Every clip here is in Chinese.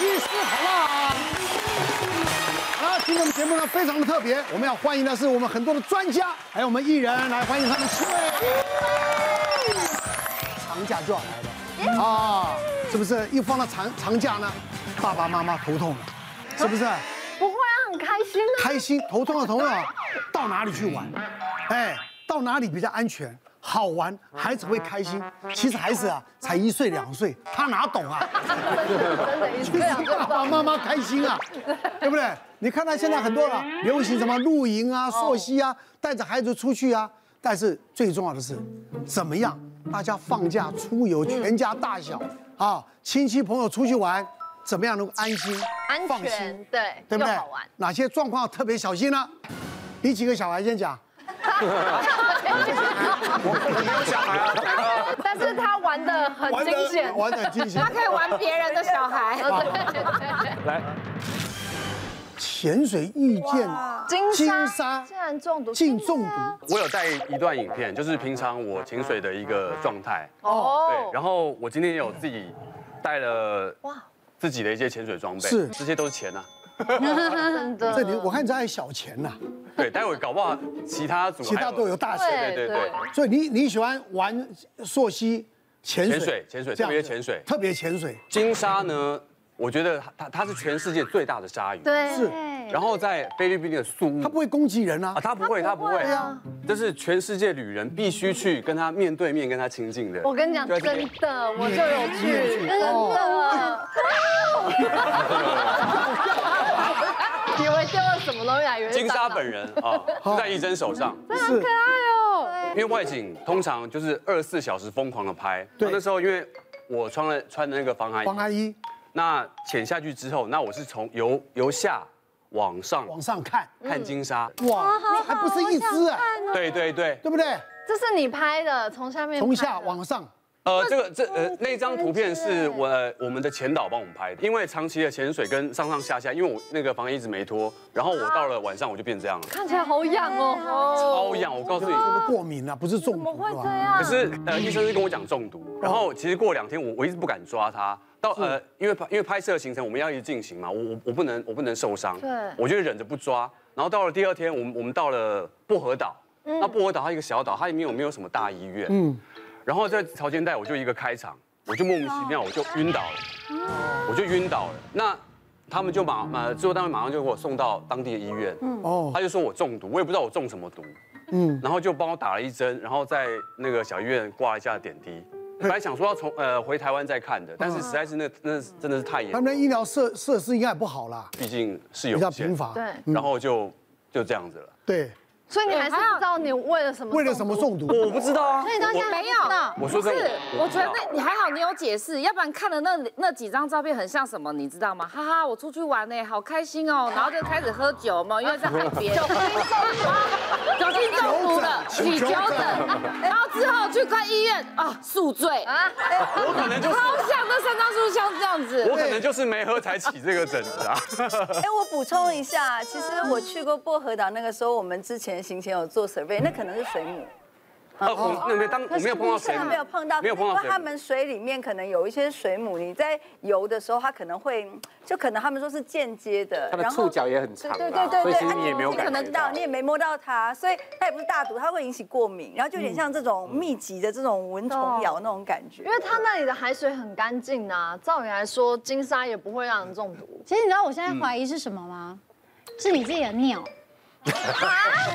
律师，好不好？好了，今天我们节目呢非常的特别，我们要欢迎的是我们很多的专家，还有我们艺人来欢迎他们七位。长假就要来了啊，是不是？一放到长长假呢，爸爸妈妈头痛了，是不是？不会啊，很开心啊。开心头痛的头痛啊，到哪里去玩？哎，到哪里比较安全？好玩，孩子会开心。其实孩子啊，才一岁两岁，他哪懂啊？真的，一就次是两个爸爸妈妈开心啊，对不对？你看他现在很多了，流行什么露营啊、溯溪啊，带着孩子出去啊。但是最重要的是，怎么样？大家放假出游，全家大小啊，亲戚朋友出去玩，怎么样能够安心、安放全心，对，对不对又好玩。？哪些状况要特别小心呢？你几个小孩先讲，啊但是他玩的很惊险，哦玩的惊险他。可以玩别人的小 孩，潜水遇见金金沙沙竟然中毒，哦进中金沙毒，我有带一段影片，就是平常我潜水的一个状态。对，哦，然后我今天也有自己带了哇自己的一些潜水装备，是这些都是钱 啊。真的，这里我看你这爱小钱呐、对，待会搞不好其他组其他都有大钱。对对对所以你你喜欢玩溯溪、潜水、潜水潜水这样子特别潜水特别潜水。金鲨呢，我觉得它它是全世界最大的鲨鱼，对，是然后在菲律宾的宿它不啊务。会攻击人啊啊，，它不会，它不会，这是全世界旅人必须去跟它面对面、跟它亲近的。我跟你讲，就在真这边的，我就有去，真啊的。以为丢了什么东西来，以为啊是金鲨蟑螂本人 啊，就在医生手上。是因为外景通常就是二十四小时疯狂的拍。对那时候因为我穿了穿的那个防寒衣，黄阿姨那潜下去之后，那我是从由由下往上往上看，看金鲨。哇，那还不是一只啊，对对对，对不对？这是你拍的，从下面从拍的下往上，呃，这个这呃那张图片是我呃我们的前导帮我们拍的，因为长期的潜水跟上上下下，因为我那个防寒衣一直没脱，然后我到了晚上我就变这样了，看起来好痒哦，超痒，我告诉你。就是过敏啊，不是中毒是吧？可是呃，医生是跟我讲中毒，然后其实过两天我我一直不敢抓它，到呃，因为拍因为拍摄行程我们要一直进行嘛，我我我不能我不能受伤，对我就忍着不抓，然后到了第二天，我们我们到了薄荷岛，那薄荷岛它一个小岛，它里面有没有什么大医院？嗯，然后在潮间带我就一个开场，我就莫名其妙我就晕倒了，我就晕倒了，那。他们就马马制作单位马上就给我送到当地的医院，哦他就说我中毒，我也不知道我中什么毒，嗯，然后就帮我打了一针，然后在那个小医院挂了一下点滴。本来想说要从呃回台湾再看的，但是实在是那那真的是太严他，们的医疗设设施应该也不好啦，毕竟是比有较限贫，乏。嗯对然后就就这样子了。对，所以你还是不知道你为了什么，为了什么？中毒？我不知道啊，那你到现在还不没有知道，我不说是真的，，我觉得你还好，你有解释，要不然看了那那几张照片很像什么，你知道吗？哈哈，我出去玩呢，好开心哦，然后就开始喝酒嘛，因为在 海边，酒精中毒，酒精中毒了，起酒疹，然后之后去看医院啊，宿醉啊，我可能就是好像那三张是不是像这样子？我可能就是没喝才起这个疹子啊。哎，我补充一下，其实我去过薄荷岛，那个时候我们之前行前有做 survey，那可能是水母，呃，我那没当我没有碰到水母，没有碰到，没有碰到因为水他母。们水里面可能有一些水母，你在游的时候，它可能会，就可能他们说是间接的，它的然后触角也很长啦对对对所对，以其啊实你也没有可感能觉知到道，。你也没摸到它，所以它也不是大毒，它会引起过敏，然后就有嗯点像这种密集的这种蚊虫咬那种感觉因。为它那里的海水很干净呐，照理来说金沙也不会让人中毒。其实你知道我现在怀嗯疑是什么吗？是你自己的尿。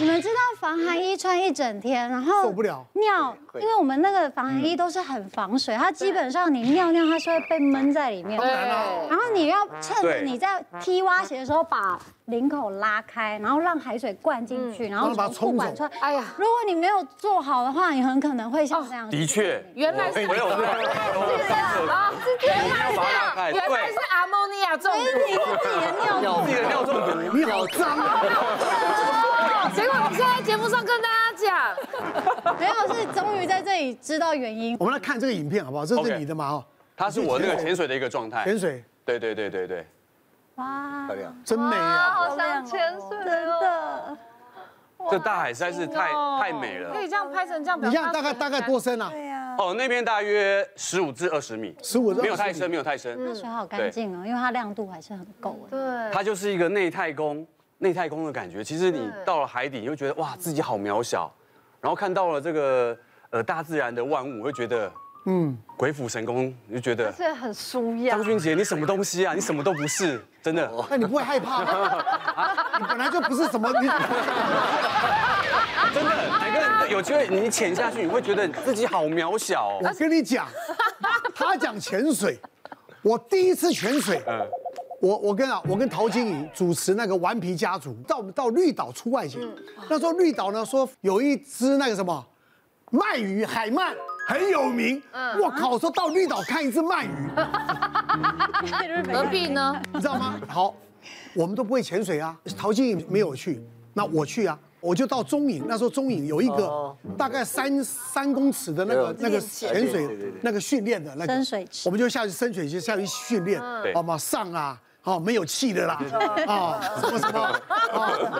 你们知道防寒衣穿一整天，然后啊受不了嗯尿，因为我们那个防寒衣都是很防水，它基本上你尿尿它是会被闷在里面。对，然后你要趁着对你在踢蛙鞋的时候把领口拉开，然后让海水灌进去，然后嗯然后把它从裤冲管走穿。哎呀，如果你没有做好的话，你很可能会像哦这样。的确，原来是我有在，啊，原来是把它拉开原来对是阿莫尼亚中 毒。自己的尿中毒。你好脏啊！结果你现在在节目上跟大家讲，没有，是终于在这里知道原因。我们来看这个影片好不好？这是 OK 你的嘛？哦，它是我那个潜水的一个状态。潜水对对对对对。哇，真美啊！好想潜水哦，的，这大海实在是太太美了哦可。以这样拍成这样，你表这达样大概很大概感多深啊？对呀、哦，那边大约十五至二十米， 15至20没有太深，没有太深。那水好干对净哦，因为它亮度还是很够哎。对，它就是一个内太空，内太空的感觉。其实你对到了海底，你会觉得哇，自己好渺小，然后看到了这个呃大自然的万物，会觉得嗯鬼斧神工，你就觉得这很舒压张。俊杰你什么东西啊？你什么都不是，真的。那你不会害怕吗？啊你本来就不是什么，你真的，每个人有机会你潜下去，你会觉得自己好渺小、哦。我跟你讲，他讲潜水，我第一次潜水，我我跟啊，我跟陶晶莹主持那个《顽皮家族》，到我们到绿岛出外景，那时候绿岛呢说有一只那个什么鳗鱼海鳗很有名，我靠，说到绿岛看一只鳗鱼，何必呢？你知道吗？好，我们都不会潜水啊，陶晶莹没有去，那我去啊。我就到中影，那时候中影有一哦个大概三三公尺的那个那个潜水那个训练的那个深水池我们就下去深水池下去训练，对好嘛上啊，好没有气的啦，啊什么什么啊，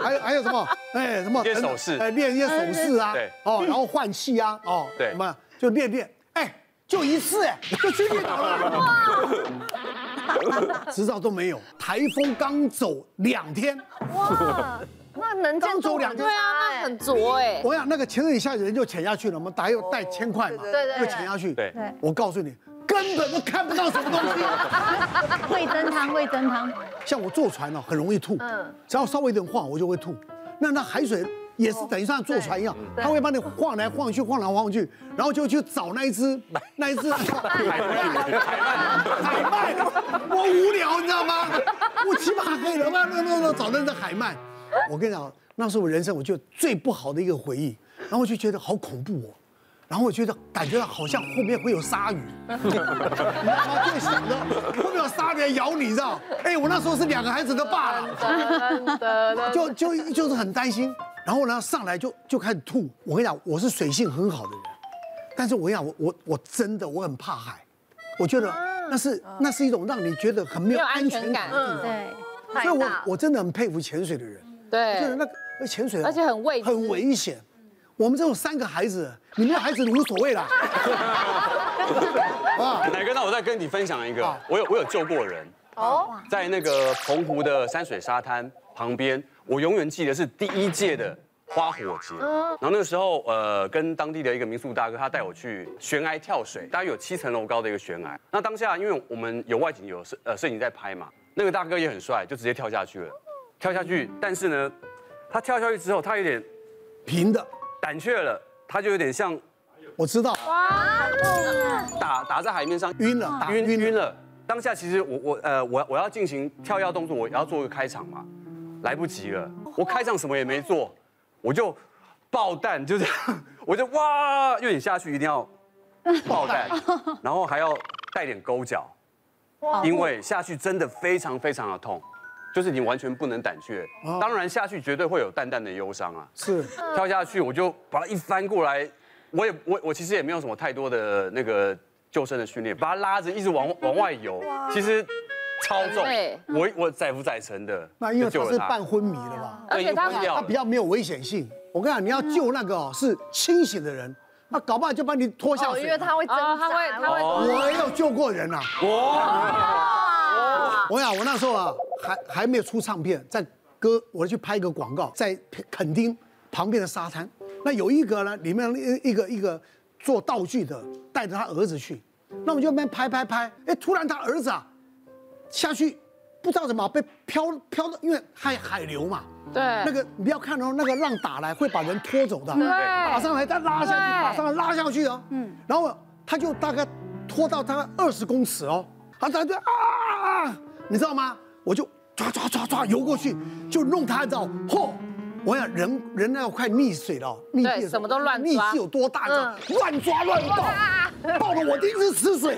还有还有什么哎什么练手势哎练一些手势啊对，哦然后换气啊，哦对什么就练练，哎就一次哎就去练好了。执照都没有。台风刚走两天，哇，那能见刚走度两很天差对啊，那哎很浊哎。我想那个潜水一下人就潜下去了，我们打有带千块嘛，对哦对对就对潜下去。对对我告诉你，根本都看不到什么东 西。味增汤，味增汤，像我坐船哦，很容易吐，嗯只要稍微有点晃我就会吐。那那海水也哦是等于像坐船一样，它会把你晃来晃去，晃来晃去，然后就去找那一 只那一只海鳗，海鳗，我无聊你知道吗？我起码黑了嘛，那那那找那只海鳗，我跟你讲，那是我人生我觉得最不好的一个回忆，然后我就觉得好恐怖哦。然后我觉得感觉到好像后面会有鲨 鱼，你知道吗？就想着会不会有鲨鱼来咬你，你知道？哎，我那时候是两个孩子的爸了，就就就是很担心。然后呢，上来就就开始吐。我跟你讲，我是水性很好的人，但是我跟你讲，我我我真的我很怕海，我觉得那是那是一种让你觉得很没有没有安安全全感感嗯的地方。对，欸太所以我大我真的很佩服潜水的人，就是对那，个那潜水啊而且很未知很危险。我们这种三个孩子，你们的孩子无所谓啦。 啊，哪个？那我再跟你分享一个好，我有我有救过人，哦，在那个澎湖的山水沙滩旁边，我永远记得是第一届的花火节。然后那个时候，呃，跟当地的一个民宿大哥，他带我去悬崖跳水，大约有七层楼高的一个悬崖。那当下因为我们有外景有摄呃摄影在拍嘛，那个大哥也很帅，就直接跳下去了，跳下去。但是呢，他跳下去之后，他有点平的，胆怯了，他就有点像我知道，打打在海面上晕了，打晕晕晕了。当下其实我我呃我我要进行跳跃动作，我要做一个开场嘛，来不及了，我开场什么也没做，我就爆弹，就这样， 我就哇，因为你下去一定要爆弹，然后还要带点勾脚，因为下去真的非常非常的痛，就是你完全不能胆怯哦，当然下去绝对会有淡淡的忧伤啊，是嗯跳下去，我就把它一翻过来，我也我我其实也没有什么太多的那个救生的训练，把它拉着一直嗯往往外游，其实超重很累，我我载浮载沉的，那因为就救他了是半昏迷的吧，对而且他已经昏掉他了嗯比较没有危险性。我跟你讲，你要救那个哦，是清醒的人，他搞不好就把你拖下哦，水。因为他会挣扎，哦他会他会我也有救过人呐、啊。我想我那时候啊，还还没有出唱片，在歌我去拍一个广告，在垦丁旁边的沙滩，那有一个呢，里面一一个一个做道具的，带着他儿子去，那我们就那边拍拍拍，哎，突然他儿子啊下去，不知道怎么啊被飘飘到，因为海海流嘛，对，那个你不要看哦，那个浪打来会把人拖走的，打上来再拉下去，对打上来拉下去哦。嗯，然后他就大概拖到大概二十公尺哦，他他就啊啊啊啊，你知道吗？我就抓抓抓抓游过去，就弄他，你知道？嚯！我想人人那快溺水了哦，溺毙的时候什么都乱抓嗯溺毙有多大？你知道乱抓乱抱，抱得我一直吃水。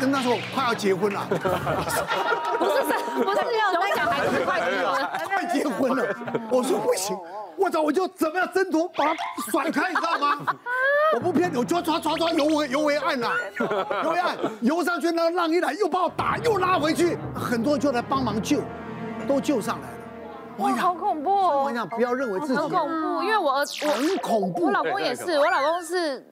那时候快要结婚了，不是不是要那 小孩子快乐，快结婚了，哦我说不行，我操，我就怎么样挣脱，把他甩开，你知道 吗？我不骗你，我就抓抓抓游为游为岸呐、游为岸游上去，那个浪一来又把我打，又拉回去，很多人就来帮忙救，都救上来了。我跟你好讲，恐怖我跟哦你，讲，不要认为自己很恐怖，因为我儿我很恐怖我，老公也对是，我老公是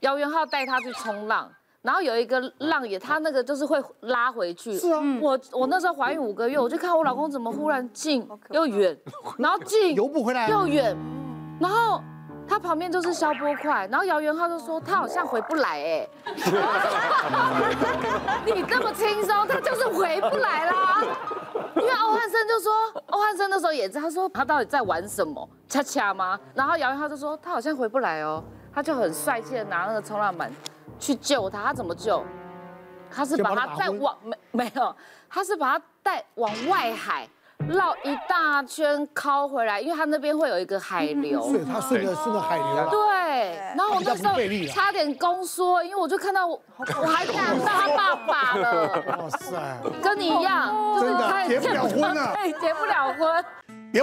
姚元浩带他去冲浪，然后有一个浪也，他那个就是会拉回去。是啊嗯我我那时候怀孕五个月，我就看我老公怎么忽然近可怕又远，然后近游不回来啊。又远，然后他旁边就是消波块，然后姚元浩就说他好像回不来 哎、你这么轻松，他就是回不来啦。因为欧汉生就说，欧汉生那时候也在，他说他到底在玩什么？恰恰吗？然后姚元浩就说他好像回不来哦，他就很帅气的拿那个冲浪板去救他，他怎么救？他是把他再往没没有，他是把他带往外海绕一大圈靠回来，因为他那边会有一个嗯海流。对，他顺着顺着海流了。对，然后我那他比较时不候费力啊差点宫缩，因为我就看到我我还感到他爸爸了，哇塞！跟你一样，就是真的差结点不了婚啊 对，结不了婚。别